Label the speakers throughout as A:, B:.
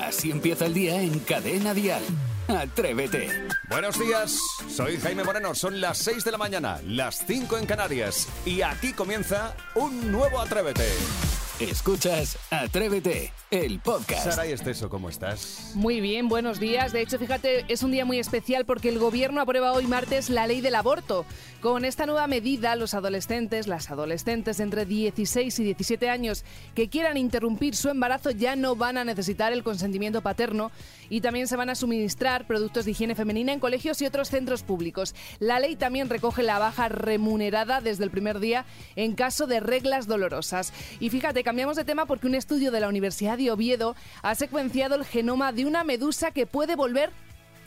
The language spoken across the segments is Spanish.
A: Así empieza el día en Cadena Dial. Atrévete.
B: Buenos días, soy Jaime Moreno, son las 6 de la mañana, las 5 en Canarias y aquí comienza un nuevo Atrévete.
A: Escuchas Atrévete, el podcast.
B: Sara y Esteso, ¿cómo estás?
C: Muy bien, buenos días. De hecho, fíjate, es un día muy especial porque el gobierno aprueba hoy martes la ley del aborto. Con esta nueva medida, los adolescentes, las adolescentes de entre 16 y 17 años que quieran interrumpir su embarazo ya no van a necesitar el consentimiento paterno y también se van a suministrar productos de higiene femenina en colegios y otros centros públicos. La ley también recoge la baja remunerada desde el primer día en caso de reglas dolorosas. Y fíjate, cambiamos de tema porque un estudio de la Universidad de Oviedo ha secuenciado el genoma de una medusa que puede volver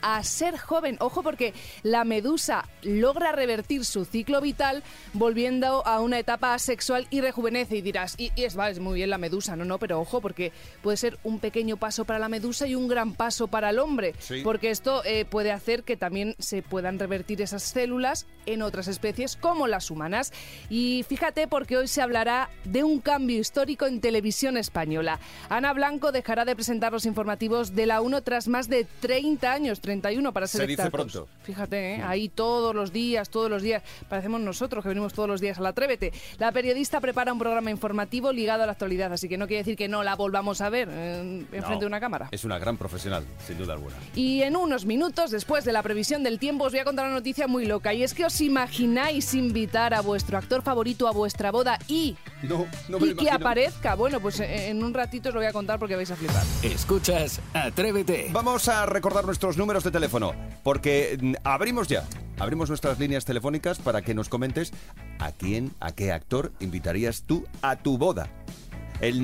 C: a ser joven. Ojo porque la medusa logra revertir su ciclo vital volviendo a una etapa asexual y rejuvenece. Y dirás, y, y es, vale, es muy bien la medusa, no, no, pero ojo porque puede ser un pequeño paso para la medusa y un gran paso para el hombre.
B: Sí.
C: Porque esto eh, puede hacer que también se puedan revertir esas células en otras especies como las humanas. Y fíjate porque hoy se hablará de un cambio histórico en televisión española. Ana Blanco dejará de presentar los informativos de la 1 tras más de 30 años, 31 para ser
B: Se dice
C: exactos.
B: pronto.
C: Fíjate, ¿eh? ahí todos los días, todos los días. Parecemos nosotros que venimos todos los días al Atrévete. La periodista prepara un programa informativo ligado a la actualidad, así que no quiere decir que no la volvamos a ver eh, enfrente
B: No,
C: de una cámara.
B: Es una gran profesional, sin duda alguna.
C: Y en unos minutos, después de la previsión del tiempo, os voy a contar una noticia muy loca. Y es que os imagináis invitar a vuestro actor favorito a vuestra boda y,
B: No, no
C: y que aparezca. Bueno, pues eh, en un ratito os lo voy a contar porque vais a flipar.
A: Escuchas Atrévete.
B: Vamos a recordar nuestros números de teléfono, porque mm, abrimos ya. Abrimos nuestras líneas telefónicas para que nos comentes a quién, a qué actor invitarías tú a tu boda. El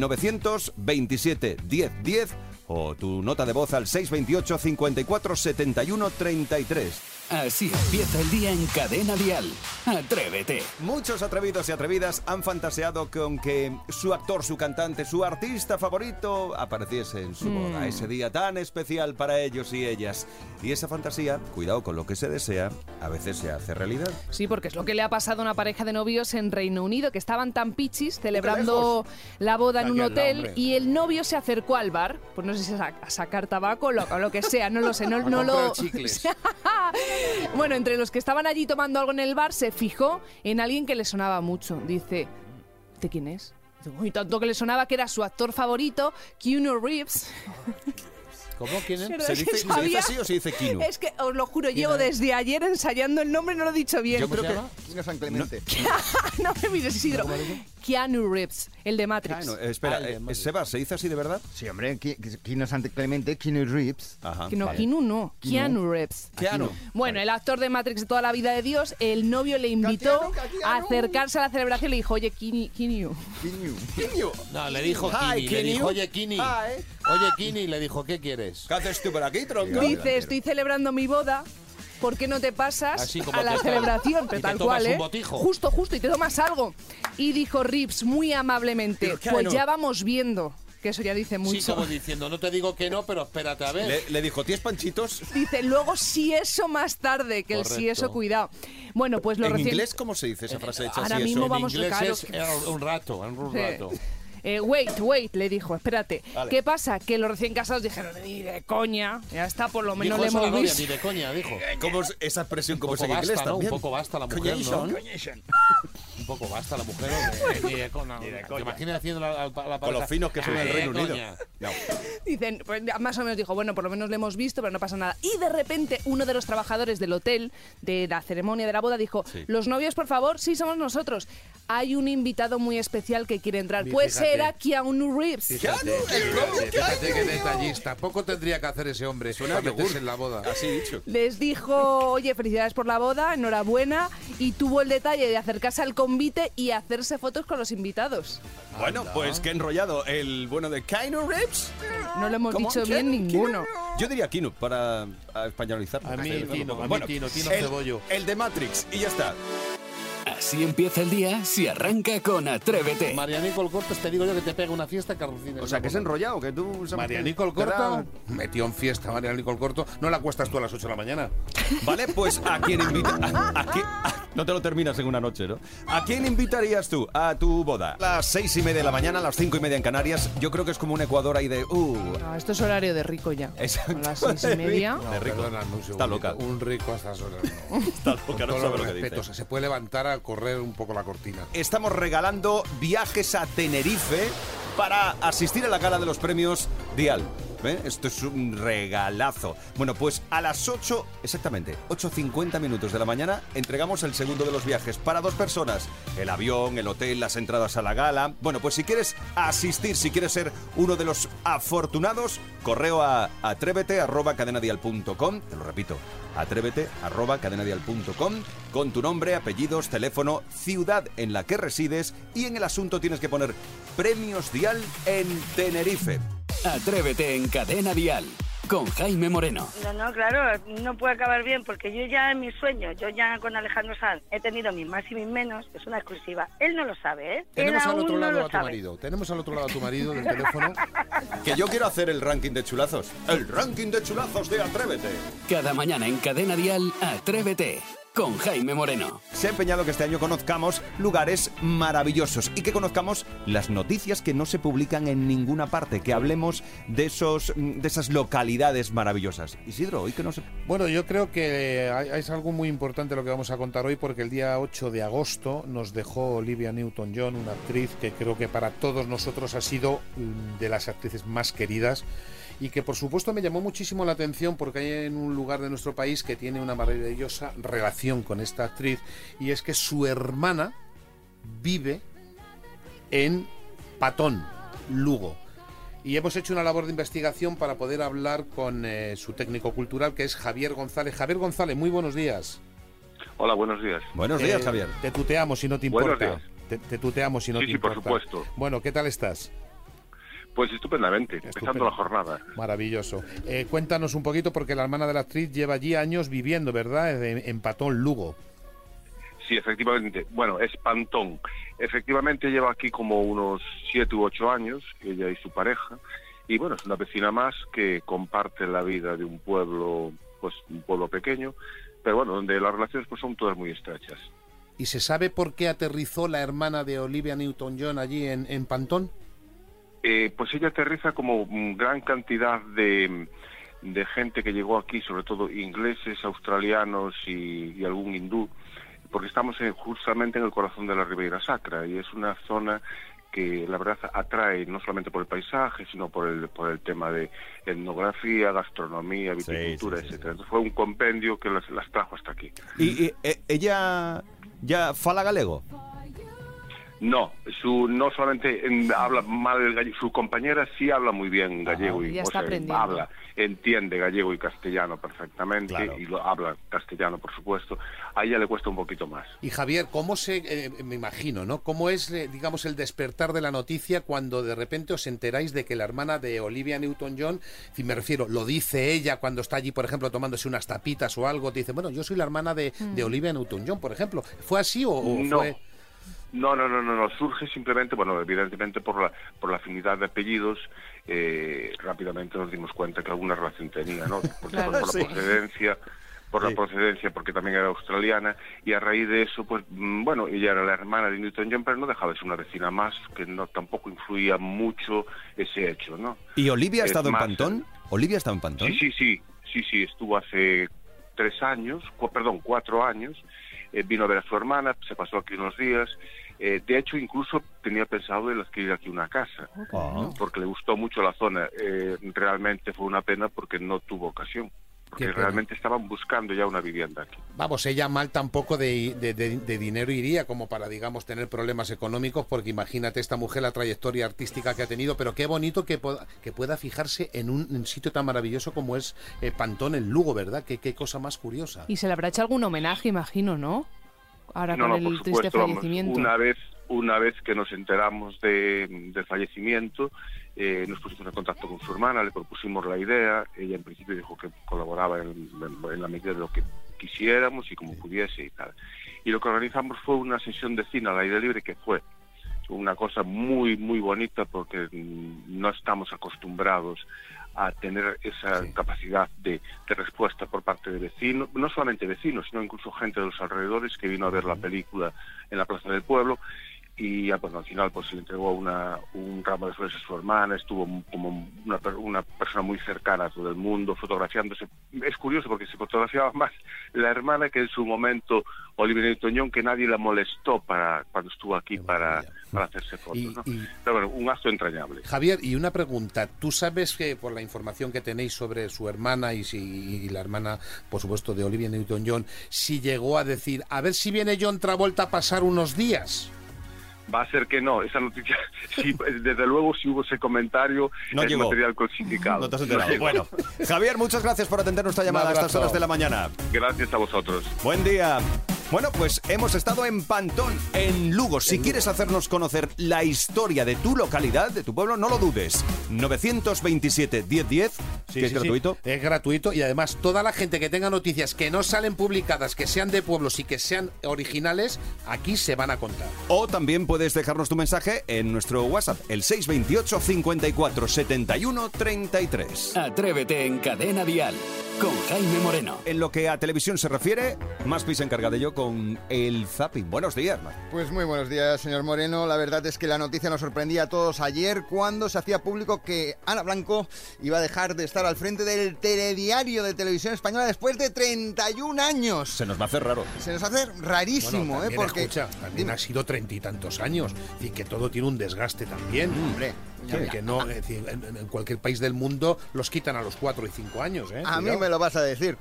B: 927 10 10 o tu nota de voz al 628 54 71 33.
A: Así empieza el día en Cadena Dial. Atrévete.
B: Muchos atrevidos y atrevidas han fantaseado con que su actor, su cantante, su artista favorito apareciese en su
C: Hmm.
B: boda, ese día tan especial para ellos y ellas. Y esa fantasía, cuidado con lo que se desea, a veces se hace realidad.
C: Sí, porque es lo que le ha pasado a una pareja de novios en Reino Unido, que estaban tan pichis celebrando la boda en un
B: Aquí al lado,
C: hotel
B: hombre.
C: y el novio se acercó al bar, pues no sé si a, a sacar tabaco lo- o lo que sea, no lo sé, no, no lo... bueno, entre los que estaban allí tomando algo en el bar, se fijó en alguien que le sonaba mucho. Dice, ¿de quién es? Y tanto que le sonaba que era su actor favorito, Keanu Reeves.
D: ¿Cómo? ¿Quién es?
C: Pero
B: ¿Se
C: es que
B: dice- "Este se dice
C: sabía-
B: así o se dice Keanu?
C: Es que os lo juro, llevo desde ayer ensayando el nombre, no lo he dicho bien.
B: Yo creo que-
D: Venga, San Clemente.
C: No me mires, Isidro. Keanu Reeves, el de Matrix.
B: Bueno, eh, espera,
D: Ah, el de
B: eh,
D: Madrid.
B: Sebas, ¿se dice así de verdad?
D: Sí, hombre, Ki- Kino San Clemente, Kino Reeves.
E: Ah,
B: Ajá.
C: Que no,
B: vale. Ah,
C: Keanu no, Keanu Reeves.
B: Keanu.
C: Bueno, el actor de Matrix de toda la vida de Dios, el novio le invitó
D: Keanu, Keanu.
C: a acercarse a la celebración y le dijo, oye, Keanu- Keanu.
D: Kino.
F: No, le dijo
B: Hi,
F: Kini. Le
B: Kini.
F: dijo, oye, Kini.
B: Hi.
F: Oye, Kini. Le dijo, ¿qué quieres?
B: ¿Qué haces tú por aquí, tronco?
C: dice, estoy celebrando mi boda. ¿Por qué no te pasas
F: Así como
C: a la
F: te-
C: celebración?
F: y
C: Pero
F: te
C: tal
F: tomas
C: cual,
F: un
C: ¿eh?
F: botijo.
C: Justo, justo, y te tomas algo. Y dijo Rips muy amablemente,
B: Pero, Keanu.
C: pues ya vamos viendo. Que eso ya dice mucho.
F: Sí, como diciendo, no te digo que no, pero espérate a ver.
B: Le, le dijo, ¿tienes panchitos?
C: Dice, luego si eso más tarde, que el si
F: Correcto.
C: eso, cuidado. Bueno, pues lo
B: ¿En
C: recién... Eh,
B: inglés cómo se dice esa frase hecha
C: ahora
B: así? eso?
C: mismo
F: en
C: vamos,
F: inglés
C: claro,
F: es
C: que-
F: eh, un rato, en un
C: Sí.
F: rato.
C: Eh, wait, wait, le dijo, espérate.
B: Vale.
C: ¿Qué pasa? Que los recién casados dijeron, ni de coña, ya está, por lo menos
F: dijo
C: le
F: eso a la
C: hemos
F: novia,
C: visto.
F: ni de coña, dijo.
B: ¿Cómo es esa expresión? ¿Cómo
F: Un
B: se
F: poco
B: en inglés
F: basta, ¿no? Un
B: también?
F: poco basta la mujer, ¿no?
B: Coñation.
F: Un poco basta la mujer. hombre, Ni de coña. ¿Te imaginas haciendo la, la, la
B: Con los finos que son
F: en
B: el Reino Unido. No.
C: Dicen, pues, ya más o menos dijo, bueno, por lo menos le hemos visto, pero no pasa nada. Y de repente uno de los trabajadores del hotel, de la ceremonia de la boda, dijo,
B: Sí.
C: los novios, por favor, sí, somos nosotros. Hay un invitado muy especial que quiere entrar.
E: Di-
C: Pues
E: fíjate.
C: era Keanu Reeves.
E: Fíjate, fíjate, fíjate qué detallista. Poco tendría que hacer ese hombre
B: Suena a
E: para meterse
B: yogur.
E: en la boda.
B: Así dicho.
C: Les dijo, oye, felicidades por la boda, enhorabuena, y tuvo el detalle de acercarse al convite y hacerse fotos con los invitados.
B: Bueno, pues qué enrollado. El bueno de Keanu Reeves.
C: No lo hemos
B: ¿Cómo?
C: dicho
B: ¿Keanu?
C: bien ninguno.
B: Keanu. Yo diría Kino para a españolizar.
F: A mí, Tino, a mí, Tino, Tino
B: el,
F: Cebollo.
B: El de Matrix, y ya está.
A: Así empieza el día si arranca con Atrévete.
F: Marianico el Cortes, te digo yo que te pega una fiesta en carrucines.
B: O sea, que es enrollado, que tú...
E: Marianico el Corto metió en fiesta Marianico el Corto. No la cuestas tú a las 8 de la mañana.
B: Vale, pues a quien invita... A, a qui- a- No te lo terminas en una noche, ¿no? ¿A quién invitarías tú a tu boda? A las seis y media de la mañana, a las cinco y media en Canarias. Yo creo que es como un Ecuador ahí de... Uh,
C: No, esto es horario de rico ya.
B: Exacto.
C: A las seis y media.
F: No,
B: De rico.
F: perdóname un
B: Está
F: segundito.
B: loca.
F: Un rico a estas horas. no.
B: está loca,
F: Con
B: no
F: todos los
B: sabe lo que dice.
F: respetos, se puede levantar a correr un poco la cortina.
B: estamos regalando viajes a Tenerife para asistir a la gala de los premios Dial. ¿Ven? Esto es un regalazo. Bueno, pues a las 8, exactamente, 8.50 minutos de la mañana, entregamos el segundo de los viajes para dos personas. El avión, el hotel, las entradas a la gala. Bueno, pues si quieres asistir, si quieres ser uno de los afortunados, correo a atrévete arroba cadenadial.com. Te lo repito, atrévete arroba cadenadial.com con tu nombre, apellidos, teléfono, ciudad en la que resides y en el asunto tienes que poner Premios Dial en Tenerife.
A: Atrévete en Cadena Dial con Jaime Moreno.
G: No, no, claro, no puede acabar bien porque yo ya en mis sueños, yo ya con Alejandro Sanz he tenido mis más y mis menos, es una exclusiva. Él no lo sabe, ¿eh?
E: Tenemos
G: Él
E: al
G: aún
E: otro
G: no
E: lado
G: lo
E: a tu
G: sabe.
E: marido. Tenemos al otro lado a tu marido del teléfono.
B: Que yo quiero hacer el ranking de chulazos. El ranking de chulazos de Atrévete.
A: Cada mañana en Cadena Dial, Atrévete con Jaime Moreno.
B: Se ha empeñado que este año conozcamos lugares maravillosos y que conozcamos las noticias que no se publican en ninguna parte, que hablemos de, esos, de esas localidades maravillosas. Isidro, hoy que no se...
E: Bueno, yo creo que eh, hay- es algo muy importante lo que vamos a contar hoy porque el día 8 de agosto nos dejó Olivia Newton-John, una actriz que creo que para todos nosotros ha sido mm, de las actrices más queridas y que por supuesto me llamó muchísimo la atención porque hay en un lugar de nuestro país que tiene una maravillosa relación con esta actriz y es que su hermana vive en Patón, Lugo. Y hemos hecho una labor de investigación para poder hablar con eh, su técnico cultural, que es Javier González. Javier González, muy buenos días.
H: Hola, buenos días.
B: Buenos
E: Eh,
B: días, Javier.
E: Te tuteamos si no te
H: Buenos
E: importa.
H: días.
E: Te, te tuteamos si no
H: Sí,
E: te
H: sí, por
E: importa.
H: supuesto.
E: Bueno, ¿qué tal estás?
H: Pues estupendamente, empezando la jornada.
E: Maravilloso. Eh, cuéntanos un poquito, porque la hermana de la actriz lleva allí años viviendo, ¿verdad? En, en Patón, Lugo.
H: Sí, efectivamente. Bueno, es Pantón. Efectivamente lleva aquí como unos siete u ocho años, ella y su pareja. Y bueno, es una vecina más que comparte la vida de un pueblo, pues un pueblo pequeño, pero bueno, donde las relaciones pues son todas muy estrechas.
E: ¿Y se sabe por qué aterrizó la hermana de Olivia Newton-John allí en, en Pantón?
H: Eh, pues ella aterriza como mm, gran cantidad de, mm, de gente que llegó aquí, sobre todo ingleses, australianos y, y algún hindú, porque estamos en- justamente en el corazón de la Ribeira Sacra y es una zona que la verdad atrae no solamente por el paisaje, sino por el, por el tema de etnografía, gastronomía,
B: sí,
H: viticultura,
B: sí, sí.
H: etcétera. Entonces fue un compendio que las, las trajo hasta aquí.
B: ¿Y, y, eh, ella ya fala galego?
H: No, su, no solamente mm, habla mal el gallego, su compañera sí habla muy bien gallego. y,
C: Ya
H: o
C: está
H: sea,
C: aprendiendo.
H: Habla, entiende gallego y castellano perfectamente
B: Claro.
H: y lo habla castellano, por supuesto. A ella le cuesta un poquito más.
E: Y Javier, ¿cómo se, eh, me imagino, ¿no? ¿Cómo es, eh, digamos, el despertar de la noticia cuando de repente os enteráis de que la hermana de Olivia Newton-John, si me refiero, lo dice ella cuando está allí, por ejemplo, tomándose unas tapitas o algo, te dice, bueno, yo soy la hermana de, de Olivia Newton-John, por ejemplo. ¿Fue así o, o
H: No.
E: fue...?
H: No, no, no, no, no, surge simplemente, bueno, evidentemente por la, por la afinidad de apellidos, eh, rápidamente nos dimos cuenta que alguna relación tenía, ¿no? Por,
C: Claro,
H: por
B: sí.
H: la procedencia, por la procedencia, porque también era australiana, y a raíz de eso, pues, mm, bueno, ella era la hermana de Newton John, pero no dejaba de ser una vecina más, que no tampoco influía mucho ese hecho, ¿no?
B: ¿Y Olivia ha
H: Es
B: estado en
H: más-
B: Pantón? ¿Olivia ha estado en Pantón?
H: Sí, sí, sí, sí, sí, estuvo hace tres años, cu- perdón, cuatro años, eh, vino a ver a su hermana, se pasó aquí unos días, eh, de hecho incluso tenía pensado en adquirir aquí una casa,
B: Ah.
H: porque le gustó mucho la zona, Eh, realmente fue una pena porque no tuvo ocasión, porque
E: Qué pena.
H: realmente estaban buscando ya una vivienda aquí.
E: Vamos, ella mal tampoco de, de- de- de dinero iría como para, digamos, tener problemas económicos, porque imagínate esta mujer la trayectoria artística que ha tenido, pero qué bonito que, po- que pueda fijarse en un, en sitio tan maravilloso como es eh, Pantón en Lugo, ¿verdad? Qué, qué cosa más curiosa.
C: Y se le habrá hecho algún homenaje, imagino, ¿no? Ahora
H: No,
C: con
H: no,
C: el
H: por
C: triste
H: supuesto, vamos,
C: fallecimiento.
H: una vez una vez que nos enteramos de- del fallecimiento, eh, nos pusimos en contacto con su hermana, le propusimos la idea, ella en principio dijo que colaboraba en, en- en la medida de lo que quisiéramos y como pudiese y tal. Y lo que organizamos fue una sesión de cine al aire libre que fue una cosa muy, muy bonita porque mm, no estamos acostumbrados a tener esa capacidad de, de respuesta por parte de vecinos, no solamente vecinos, sino incluso gente de los alrededores que vino a ver la película en la Plaza del Pueblo y ah, bueno, al final pues se le entregó una, un ramo de flores a su hermana, estuvo m- como una, per- una persona muy cercana a todo el mundo fotografiándose. Es curioso porque se fotografiaba más la hermana que en su momento Oliver Newton-John, que nadie la molestó para cuando estuvo aquí para, para hacerse fotos.
E: Y-
H: ¿no?
E: y-
H: Pero bueno, un acto entrañable.
E: Javier, y una pregunta. Tú sabes que por la información que tenéis sobre su hermana y, si, y la hermana, por supuesto, de Olivia Newton-John, si llegó a decir, a ver si viene John Travolta a pasar unos días.
H: Va a ser que no, esa noticia, sí, pues, desde luego si hubo ese comentario,
B: No
H: es
B: llegó.
H: material clasificado.
B: No te has enterado.
H: llegó.
B: Bueno, Javier, muchas gracias por atender nuestra llamada a estas
E: abrazo.
B: horas de la mañana.
H: Gracias a vosotros.
B: Buen día. Bueno, pues hemos estado en Pantón, en Lugo. Si quieres hacernos conocer la historia de tu localidad, de tu pueblo, no lo dudes. 927-1010, que es gratuito.
E: Es gratuito y además toda la gente que tenga noticias que no salen publicadas, que sean de pueblos y que sean originales, aquí se van a contar.
B: O también puedes dejarnos tu mensaje en nuestro WhatsApp, el 628 54 71 33.
A: Atrévete en Cadena Dial con Jaime Moreno.
B: En lo que a televisión se refiere, Maspi se encarga de ello con el zapping. Buenos días, Maspi.
D: Pues muy buenos días, señor Moreno. La verdad es que la noticia nos sorprendía a todos ayer cuando se hacía público que Ana Blanco iba a dejar de estar al frente del telediario de televisión española después de 31 años.
B: Se nos va a hacer raro.
D: Se nos hace rarísimo,
E: Bueno,
D: ¿eh?
E: también,
D: Porque.
E: escucha, también
D: Dime.
E: ha sido treinta y tantos años y que todo tiene un desgaste también.
D: Mm, Hombre,
E: Que- que no, es decir, en, en- en cualquier país del mundo los quitan a los cuatro y cinco años. ¿eh?
D: A mí
E: Cuidado.
D: me lo vas a decir.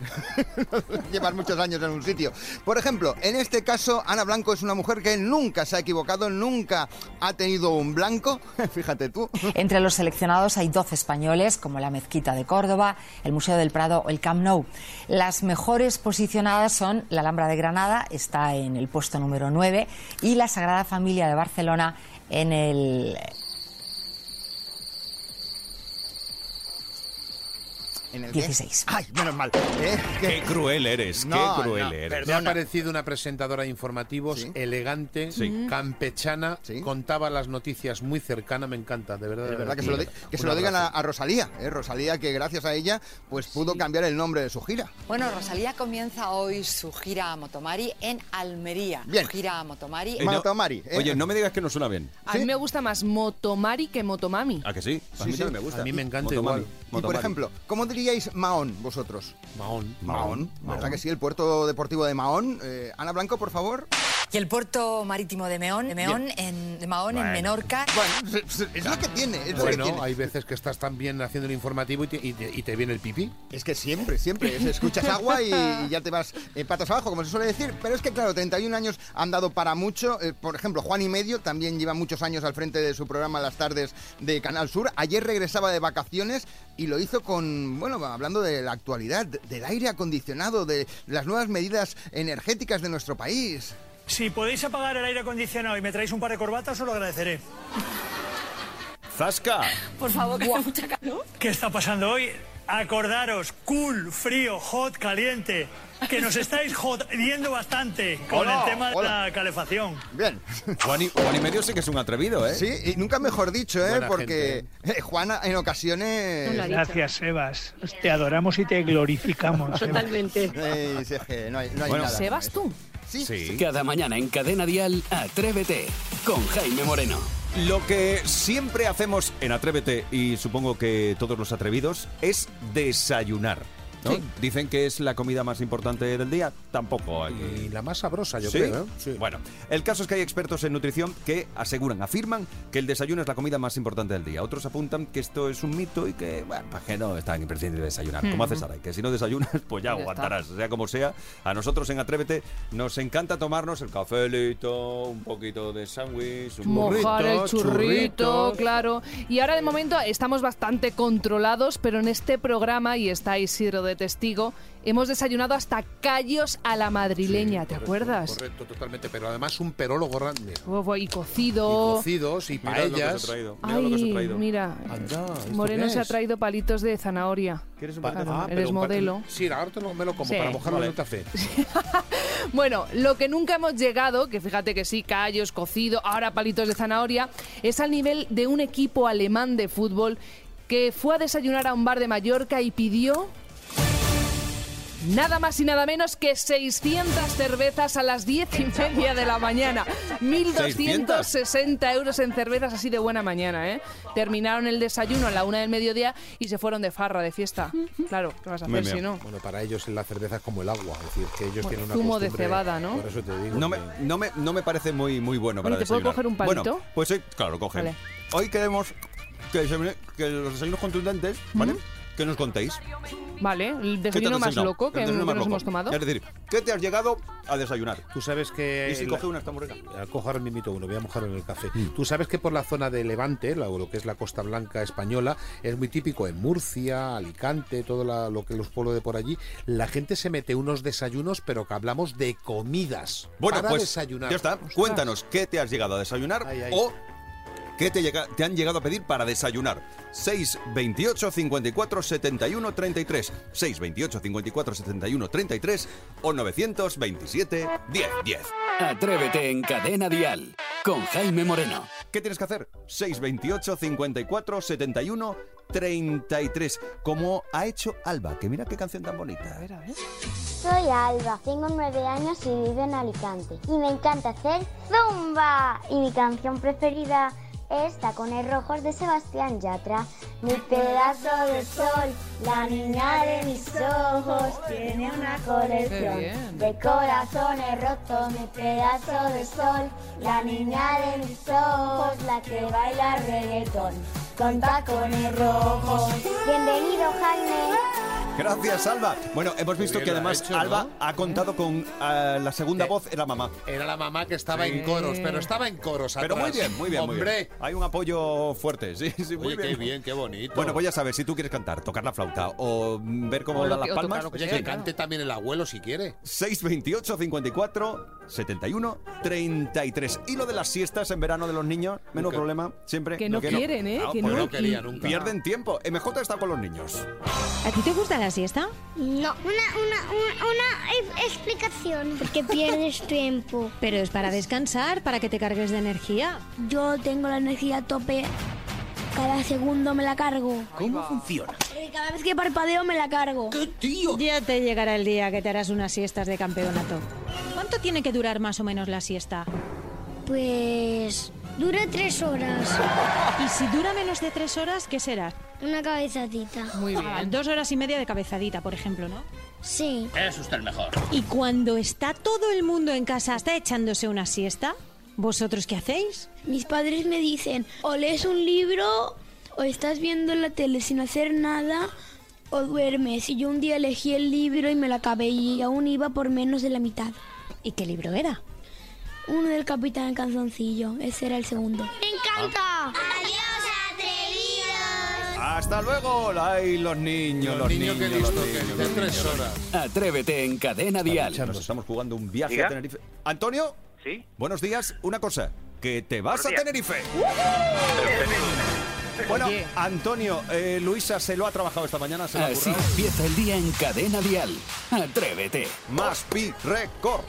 D: Llevas muchos años en un sitio. Por ejemplo, en este caso, Ana Blanco es una mujer que nunca se ha equivocado, nunca ha tenido un blanco. Fíjate tú.
I: Entre los seleccionados hay 12 españoles, como la Mezquita de Córdoba, el Museo del Prado o el Camp Nou. Las mejores posicionadas son la Alhambra de Granada, está en el puesto número 9, y la Sagrada Familia de Barcelona en el
D: ¿En el qué?
I: 16.
D: Ay, menos mal. ¿Eh? ¿Qué?
B: Qué cruel eres,
D: No,
B: qué cruel
D: no,
B: eres.
E: Me ha
D: Perdona.
E: parecido una presentadora de informativos
D: Sí. Mm.
E: elegante,
B: Sí.
E: campechana,
D: Sí.
E: contaba las noticias muy cercana, me encanta, de verdad.
D: De verdad que
E: Sí.
D: se lo, di- que se lo
E: Un
D: digan a,
E: abrazo.
D: a Rosalía, ¿eh? Rosalía que gracias a ella pues pudo cambiar el nombre de su gira.
I: Bueno, Rosalía comienza hoy su gira a Motomari en Almería.
D: Bien.
I: Gira a Motomari.
B: Eh, no-
D: Motomari, eh.
B: Oye, no me digas que no suena bien.
C: A mí me gusta más Motomari que Motomami.
B: ¿A que sí? A mí
D: sí.
B: también me gusta.
E: A mí me encanta
B: Motomami,
E: igual.
D: Y por
B: Motomami.
D: ejemplo, ¿cómo diríais Mahón vosotros?
E: Mahón.
B: Mahón.
D: ¿Verdad que sí? El puerto deportivo de Mahón. Eh, Ana Blanco, por favor.
I: Y el puerto marítimo de Meón, de Meón en, de Mahón en Menorca.
D: Bueno, se- se- es lo que tiene, es lo que tiene.
E: Bueno, hay veces que estás también haciendo el informativo y te, y te- y te viene el pipí.
D: Es que siempre, siempre, es- escuchas agua y, y ya te vas eh, patas abajo, como se suele decir. Pero es que, claro, 31 años han dado para mucho. Eh, por ejemplo, Juan y Medio también lleva muchos años al frente de su programa Las Tardes de Canal Sur. Ayer regresaba de vacaciones y lo hizo con, bueno, hablando de la actualidad, del aire acondicionado, de las nuevas medidas energéticas de nuestro país.
J: Si podéis apagar el aire acondicionado y me traéis un par de corbatas, os lo agradeceré.
B: ¡Zasca!
I: Por favor, que mucha
J: ¿Qué está pasando hoy? Acordaros, cool, frío, hot, caliente, que nos estáis jodiendo bastante con
D: Hola,
J: el tema
D: hola.
J: de la calefacción.
D: Bien.
B: Juan y, Juan y medio sí que es un atrevido, ¿eh?
D: Sí, y nunca mejor dicho, ¿eh?
E: Buena
D: Porque eh, Juana en ocasiones...
J: Gracias, Sebas. Te adoramos y te glorificamos. Sebas.
D: Eh, sí, es que no hay, no hay
B: Bueno,
D: nada.
C: Sebas tú.
D: Sí,
B: Sí.
A: Cada mañana en Cadena Dial, Atrévete con Jaime Moreno.
B: Lo que siempre hacemos en Atrévete, y supongo que todos los atrevidos, es desayunar. ¿no? Dicen que es la comida más importante del día. Tampoco hay que-
E: Y la más sabrosa, yo
B: ¿Sí?
E: creo. ¿eh? Sí.
B: Bueno, el caso es que hay expertos en nutrición que aseguran, afirman que el desayuno es la comida más importante del día. Otros apuntan que esto es un mito y que, bueno, para que no es tan imprescindible desayunar. Como haces ahora, que si no desayunas, pues ya,
C: Hmm. Ya
B: aguantarás, sea como sea. A nosotros en Atrévete nos encanta tomarnos el cafelito, un poquito de sándwich, un poquito
C: Mojar el churrito,
E: churritos.
C: claro. Y ahora de momento estamos bastante controlados, pero en este programa, y está Isidro de testigo, hemos desayunado hasta callos a la madrileña, ¿te
E: Correcto,
C: acuerdas?
E: Correcto, totalmente. Pero además un perólogo grande.
C: Huevo y
E: Y
C: cocido.
E: cocidos y
B: Mirad lo que os he
E: paellas.
B: traído, mirad lo que os he
C: Ay,
B: traído.
C: mira,
E: Anda, ¿esto
C: Moreno
E: qué
C: se ha
E: es?
C: traído palitos de zanahoria.
B: ¿Quieres un
E: Pa-
C: Claro,
E: ah,
C: eres
E: pero un pa-
C: modelo.
E: Sí, ahora te lo, me lo como
C: Sí.
E: para mojarlo
B: Vale.
E: en un café.
C: Bueno, lo que nunca hemos llegado, que fíjate que sí, callos, cocido, ahora palitos de zanahoria, es al nivel de un equipo alemán de fútbol que fue a desayunar a un bar de Mallorca y pidió Nada más y nada menos que 600 cervezas a las 10 y media de la mañana. 1.260 euros en cervezas así de buena mañana, ¿eh? Terminaron el desayuno a la una del mediodía y se fueron de farra, de fiesta. Claro, ¿qué vas a
B: Muy
C: hacer si
B: bien.
C: no?
E: Bueno, para ellos la cerveza es como el agua, es decir, que ellos
C: Bueno,
E: tienen una
C: zumo de
E: costumbre-
C: cebada, ¿no?
E: Por eso te digo.
B: No me,
E: que-
B: no me, no me parece muy, muy bueno para
C: Oye, ¿te puedo
B: desayunar.
C: coger un palito?
B: Bueno, pues hoy, claro, coge.
C: Vale.
B: Hoy queremos que, desayune- que los desayunos contundentes, ¿vale? Que nos contéis.
C: Vale, el
B: ¿Qué te has
C: desayuno más
B: desayunado?
C: loco
B: El
C: que,
B: desayuno
C: que
B: más
C: nos
B: loco.
C: hemos tomado.
B: Es decir, ¿qué te has llegado a desayunar?
E: Tú sabes que...
B: Y si
E: la-
B: coge una, está muy rica.
E: Al cojar me invito uno, voy a mojarlo en el café.
B: Mm.
E: Tú sabes que por la zona de Levante, la- lo que es la Costa Blanca española, es muy típico en Murcia, Alicante, todo la- lo que los pueblos de por allí, la gente se mete unos desayunos, pero que hablamos de comidas.
B: Bueno,
E: para
B: pues
E: desayunar.
B: ya está.
E: Ostras.
B: Cuéntanos qué te has llegado a desayunar
E: Ay, ay.
B: o qué te, llega- te han llegado a pedir para desayunar. 628 54 71 33 628 54 71 33 o 927 10 10.
A: Atrévete en Cadena Dial con Jaime Moreno.
B: ¿Qué tienes que hacer? 628 54 71 33 como ha hecho Alba, que mira qué canción tan bonita.
K: Soy Alba, tengo nueve años y vivo en Alicante. Y me encanta hacer zumba. Y mi canción preferida es Tacones Rojos de Sebastián Yatra. Mi pedazo de sol, la niña de mis ojos, tiene una
L: Qué
K: colección
L: bien.
K: de corazones rotos. Mi pedazo de sol, la niña de mis ojos, la que baila reggaetón con tacones rojos. Bienvenido, Jaime.
B: Gracias, Alba. Bueno, hemos visto
E: bien
B: que
E: lo ha
B: además
E: hecho, ¿no?
B: Alba ha contado con ah, la segunda voz, era mamá.
E: Era la mamá que estaba
B: Sí.
E: en coros, pero estaba en coros
B: Pero muy
E: atrás.
B: bien, muy bien, muy
E: Hombre,
B: bien. Hay un apoyo fuerte, sí, sí, muy
E: Oye, qué bien, qué bonito.
B: Bueno, pues ya sabes, si tú quieres cantar, tocar la flauta o mm, ver cómo
E: O lo
B: dan
E: que-
B: las
E: o tocar
B: palmas,
E: lo que sea, que cante también el abuelo si quiere.
B: 628 54 71 33. Y lo de las siestas en verano de los niños, menos problema, siempre.
M: Que no quieren, ¿eh? Que
B: pues
M: no quería nunca.
B: Pierden tiempo. MJ está con los niños.
M: ¿A ti te gusta la siesta?
K: No, una, una, una, una e- explicación. Porque pierdes tiempo.
M: Pero es para descansar, para que te cargues de energía.
K: Yo tengo la energía a tope. Cada segundo me la cargo.
M: ¿Cómo funciona?
K: Y cada vez que parpadeo me la cargo. ¡Qué tío!
M: Ya te llegará el día que te harás unas siestas de campeonato. ¿Cuánto tiene que durar más o menos la siesta?
K: Pues dura tres horas.
M: Y si dura menos de tres horas, ¿qué será?
K: Una cabezadita.
M: Muy bien. Dos horas y media de cabezadita, por ejemplo, ¿no?
K: Sí.
N: Es usted el mejor.
M: Y cuando está todo el mundo en casa, está echándose una siesta, ¿vosotros qué hacéis?
K: Mis padres me dicen, o lees un libro, o estás viendo la tele sin hacer nada, o duermes. Y yo un día elegí el libro y me lo acabé y aún iba por menos de la mitad.
M: ¿Y qué libro era?
K: Uno del Capitán Canzoncillo, ese era el segundo. ¡Me encanta!
B: Hasta luego. Ay, los niños, los, niños. los niños, los niños.
A: Atrévete en Cadena Dial.
B: Nos estamos jugando un viaje
A: Diga.
B: a Tenerife. Antonio.
N: Sí.
B: Buenos días. Una cosa, que te vas a
N: Buenos días.
B: Tenerife. Bueno, Antonio, eh, Luisa se lo ha trabajado esta mañana,
C: Ah,
B: se lo ha
A: Así
B: currado.
A: empieza el día en Cadena Dial. Atrévete.
B: Más Pi Record.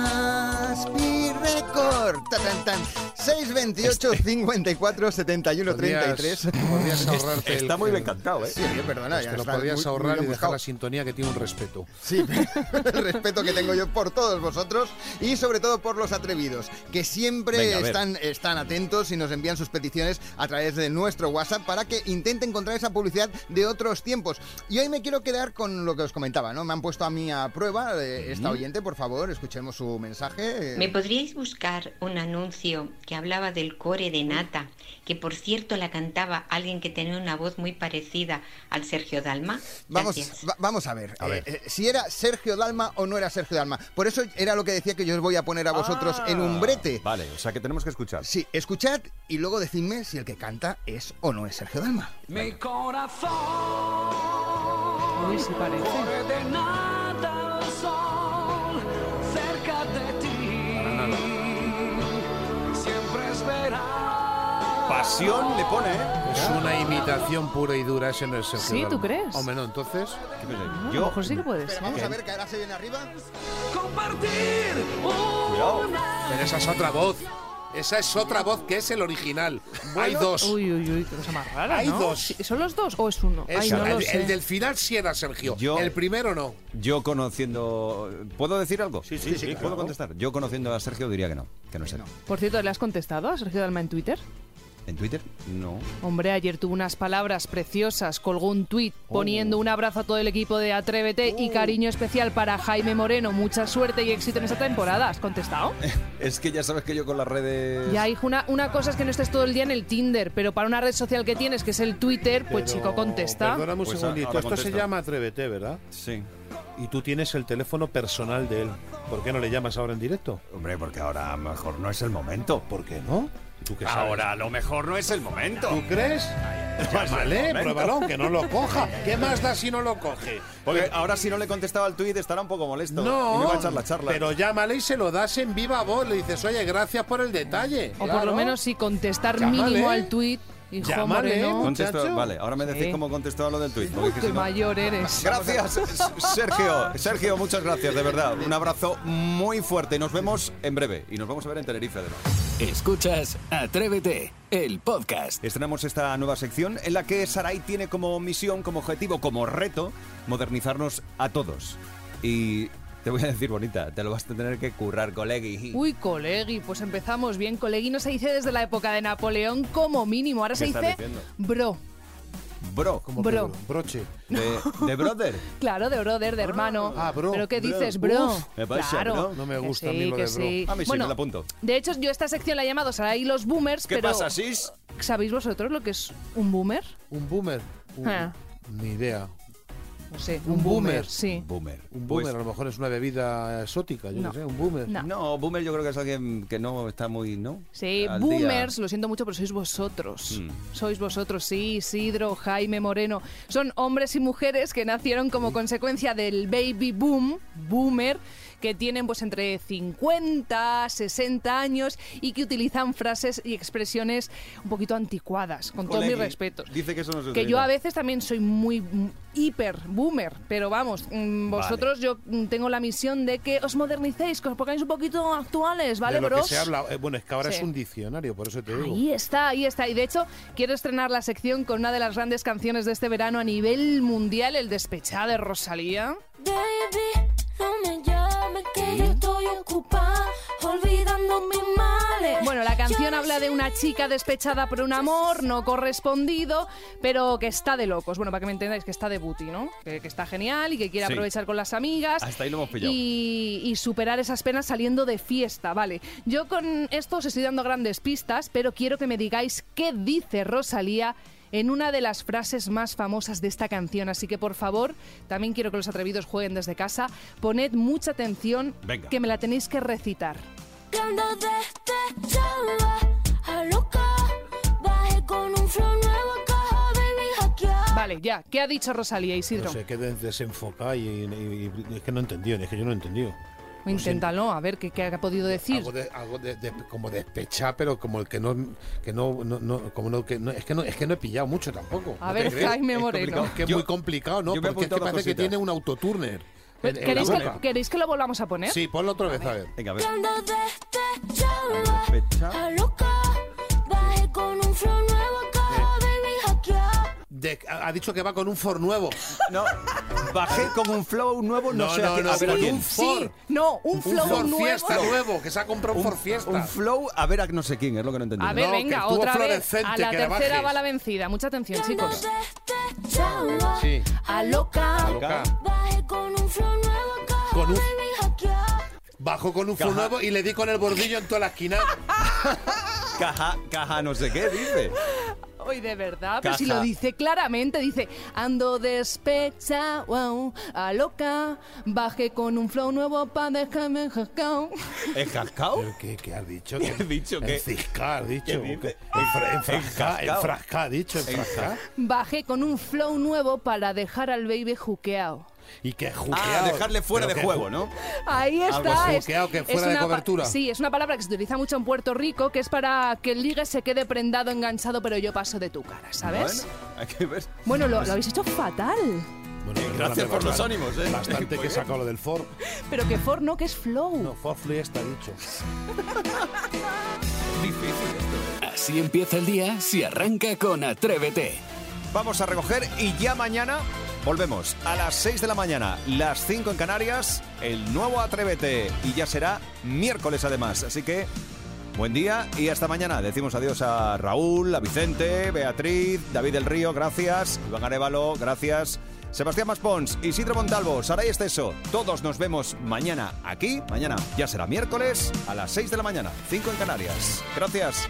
D: Aspi Record. Ta, tan, tan. 628 54 71 33.
E: Podrías ahorrarte. el-
B: eh.
D: Sí, oye, perdona,
E: Pues
D: ya
E: te lo
D: está
E: podrías
D: muy- muy
E: ahorrar
D: bien
E: y dejar
D: buscado.
E: la sintonía que tiene un respeto.
D: Sí, el respeto que tengo yo por todos vosotros y sobre todo por los atrevidos, que siempre
B: Venga, a ver.
D: están, están atentos y nos envían sus peticiones a través de nuestro WhatsApp para que intente encontrar esa publicidad de otros tiempos. Y hoy me quiero quedar con lo que os comentaba, ¿no? Me han puesto a mí a prueba eh, esta oyente, por favor, escuchemos su mensaje. eh.
O: ¿Me podríais buscar un anuncio que hablaba del core de nata, que por cierto la cantaba alguien que tenía una voz muy parecida al Sergio Dalma?
D: Vamos,
O: Gracias.
D: va- vamos a ver, eh, eh, si era Sergio Dalma o no era Sergio Dalma. Por eso era lo que decía que yo os voy a poner a vosotros en un brete.
B: Vale, o sea que tenemos que escuchar.
D: Sí, escuchad y luego decidme si el que canta es o no es Sergio Dalma.
L: Mi corazón.
C: Uy, sí parece.
L: corre de nada al sol, cerca de ti. Siempre esperar.
B: Pasión le pone, ¿eh?
E: Es una imitación pura y dura, ese no es Sergio
C: ¿Sí? ¿Tú
E: Dalma.
C: crees?
E: Hombre, no, entonces...
C: A lo mejor sí que puede ser.
D: Vamos a ver, que ahora se viene arriba.
L: Compartir.
E: Cuidado. Pero esa es otra voz. Esa es otra voz que es el original. Hay
C: Bueno,
E: dos.
C: Uy, uy, uy, qué cosa más rara.
E: Hay
C: ¿no?
E: dos.
C: ¿Son los dos o es uno? Ay,
E: Esa,
C: no lo
E: el,
C: sé.
E: el del final sí era Sergio.
B: Yo-
E: el primero no.
B: Yo conociendo. ¿Puedo decir algo? Sí,
E: sí, Sí, sí, claro.
B: ¿Puedo contestar? Yo conociendo a Sergio diría que no, que no es él.
C: Por cierto, ¿le has contestado a Sergio Dalma en Twitter?
B: ¿En Twitter? No.
C: Hombre, ayer tuvo unas palabras preciosas, colgó un tuit
E: Oh.
C: poniendo un abrazo a todo el equipo de Atrévete y cariño especial para Jaime Moreno. Mucha suerte y éxito en esta temporada. ¿Has contestado?
B: Es que ya sabes que yo con las redes.
C: Ya, hijo, una, una cosa es que no estés todo el día en el Tinder, pero para una red social que tienes, que es el Twitter, pues
E: Pero,
C: chico, contesta.
E: Perdóname un
B: Pues
E: segundito.
B: ahora
E: Esto se
B: contesta.
E: llama Atrévete, ¿verdad?
B: Sí.
E: Y tú tienes el teléfono personal de él. ¿Por qué no le llamas ahora en directo?
B: Hombre, porque ahora a lo mejor no es el momento.
E: ¿Por qué no? ¿Tú qué sabes?
B: Ahora a lo mejor no es el momento.
E: ¿Tú crees? Llámale, pruébalo, que no lo coja. ¿Qué más da si no lo coge? Eh,
B: Porque ahora si no le he contestado al tuit estará un poco molesto.
E: No,
B: Y me va a echar la charla.
E: pero llámale y se lo das en viva voz. Le dices, oye, gracias por el detalle.
C: O por lo menos sí contestar
E: Llámale.
C: mínimo al tuit, hijo
E: Llámale,
C: Moreno.
B: Contesto-
E: muchacho.
B: vale, ahora me decís
C: Sí.
B: cómo contestó a lo del tuit. porque es que
C: Qué
B: si no-
C: mayor eres.
B: Gracias, Sergio. Sergio, muchas gracias, de verdad. Un abrazo muy fuerte. Nos vemos en breve y nos vamos a ver en Tenerife, además.
A: Escuchas Atrévete, el podcast.
B: Estrenamos esta nueva sección en la que Sarai tiene como misión, como objetivo, como reto, modernizarnos a todos. Y te voy a decir, bonita, te lo vas a tener que currar, colegui.
C: Uy, colegui, pues empezamos bien. Colegui no se dice desde la época de Napoleón como mínimo. Ahora
B: ¿Qué
C: se
B: estás
C: dice
B: diciendo?
C: bro.
B: Bro.
E: Como
C: Bro.
E: que Broche.
B: De, de brother.
C: Claro, de brother, de hermano.
E: Ah, bro,
C: ¿Pero qué
E: bro.
C: dices, bro?
E: Uf,
B: me parece,
C: claro.
B: bro.
E: No me
C: Que
E: gusta a mí
C: sí,
E: lo
C: que
E: de bro.
C: sí.
B: A mí sí,
C: Bueno,
B: me la apunto.
C: De hecho, yo esta sección la he llamado Sarai los boomers,
B: ¿Qué
C: pero
B: pasa, Sis?
C: ¿sabéis vosotros lo que es un boomer?
E: Un boomer. Un-
C: Ah,
E: Ni idea.
C: no sé,
E: ¿Un
C: un, boomer,
E: boomer?
C: sí.
B: Boomer.
E: Un boomer,
B: Pues-
E: a lo mejor es una bebida exótica, yo no,
C: No.
E: sé, un boomer.
C: No.
B: No, boomer yo creo que es alguien que no está muy, ¿no?
C: Sí,
B: Al día.
C: boomers, lo siento mucho, pero sois vosotros.
B: Mm.
C: Sois vosotros, sí, Isidro, Jaime Moreno. Son hombres y mujeres que nacieron como consecuencia del baby boom, boomer, que tienen pues entre 50, 60 años y que utilizan frases y expresiones un poquito anticuadas, con todos mis
B: Colegui.
C: respetos.
B: Dice que eso no se
C: Que
B: utiliza.
C: yo a veces también soy muy mm, hiper boomer, pero vamos, mm,
B: Vale.
C: vosotros yo mm, tengo la misión de que os modernicéis, que os pongáis un poquito actuales, ¿vale,
E: de lo
C: bros?
E: que se habla, eh, bueno, es que ahora
C: Sí.
E: es un diccionario, por eso te digo.
C: Ahí está, ahí está. Y de hecho, quiero estrenar la sección con una de las grandes canciones de este verano a nivel mundial, el despechado de Rosalía.
L: Baby, no me llames que yo estoy ocupada olvidando mis males.
C: Bueno, la canción habla de una chica despechada por un amor no correspondido, pero que está de locos. Bueno, para que me entendáis, que está de booty, ¿no? Que, que está genial y que quiere
B: Sí.
C: aprovechar con las amigas.
B: Hasta ahí lo hemos pillado.
C: y, y superar esas penas saliendo de fiesta, ¿vale? Yo con esto os estoy dando grandes pistas, pero quiero que me digáis qué dice Rosalía en una de las frases más famosas de esta canción. Así que, por favor, también quiero que los atrevidos jueguen desde casa. Poned mucha atención,
L: Venga.
C: que me la tenéis que recitar.
L: Que ando despechada, a loca. Bajé con un flow nuevo, caja, baby, hackeada.
C: Vale, ya. ¿Qué ha dicho Rosalía, Isidro?
E: No sé, que de- desenfocar y, y- y- es que no entendió, es que yo no he entendido.
C: Inténtalo, a ver qué, qué ha podido decir.
E: Algo, de- algo de- de- como despechar, pero como el que no, que no, no- no- como no- que no- es que no, es que no he pillado mucho tampoco.
C: A
E: ¿no
C: ver,
E: te crees?
C: Jaime
E: Es
C: Moreno.
E: complicado, Es que es
B: Yo-
E: muy complicado, ¿no?
B: yo me he
E: Porque es que
B: apuntado
E: parece que
B: cositas.
E: tiene un autoturner. en- en
C: ¿Queréis
E: la
C: que,
E: boca.
C: ¿Queréis que lo volvamos a poner?
E: Sí, ponlo otra vez, a ver.
B: Venga, a ver.
L: Que ando despechada,
B: Despecha-
L: a loca. Bajé con un flow nuevo, caja, baby, hackeada.
E: De- ha ha dicho que va con un for nuevo.
B: No, bajé con un flow nuevo, no,
E: No,
B: sé.
E: no,
B: a qué-
E: no,
B: a ver,
E: con
B: ¿a quién?
E: un for.
C: No, un,
E: Un
C: flow
E: for
C: nuevo.
E: fiesta nuevo, que se ha comprado un, for fiesta.
B: Un flow, a ver a no sé quién, es lo que no entendí.
C: A ver,
E: No, que
C: venga,
E: estuvo
C: otra vez.
E: fluorescente,
C: A la
E: que la
C: tercera
E: bajes.
C: va la vencida. Mucha atención, chicos.
L: Chamba,
E: Sí.
L: A loca.
E: Loca.
L: Bajé con un flow nuevo, caja,
E: Con un-
L: baby, hackeada.
E: Bajó con un flow nuevo y le di con el bordillo en toda la esquina.
B: Caja, caja, no sé qué, dice.
C: Hoy de verdad, pero si
B: Caja.
C: lo dice claramente, dice ando despecha, wow, a loca, bajé con un flow nuevo pa dejarme jacao.
B: ¿Es cascao?
E: ¿Pero ¿Qué, qué has dicho?
B: ¿Qué has dicho? ¿Qué?
E: Enfiscar, has dicho.
B: ¿Qué dices?
E: Enfra- Enfrascar,
B: Enfrascado.
E: enfrascar, ha dicho, enfrascar.
C: Bajé con un flow nuevo para dejar al baby juqueao.
E: Y que
B: Ah,
E: juqueado.
B: dejarle fuera de juego, ¿no?
C: Ahí
E: Algo
C: está.
E: así,
C: es-
E: que, aunque
C: es
E: fuera de
C: una pa-
E: cobertura.
C: Sí, es una palabra que se utiliza mucho en Puerto Rico, que es para que el ligue se quede prendado, enganchado, pero yo paso de tu cara, ¿sabes?
B: Bueno, hay que ver.
C: Bueno, lo, lo habéis hecho fatal.
E: Bueno, perdóname,
B: gracias por los
E: bastante-
B: ánimos, ¿eh?
E: Bastante que he sacado lo del Ford.
C: Pero que Ford no, que es Flow.
E: No, Ford Flea está dicho.
A: Así empieza el día si arranca con Atrévete.
B: Vamos a recoger y ya mañana volvemos a las 6 de la mañana, las 5 en Canarias, el nuevo Atrévete. Y ya será miércoles además. Así que buen día y hasta mañana. Decimos adiós a Raúl, a Vicente, Beatriz, David del Río, gracias. Iván Arevalo, gracias. Sebastián Maspons, Isidro Montalvo, Saray Esteso. Todos nos vemos mañana aquí. Mañana ya será miércoles a las 6 de la mañana, 5 en Canarias. Gracias.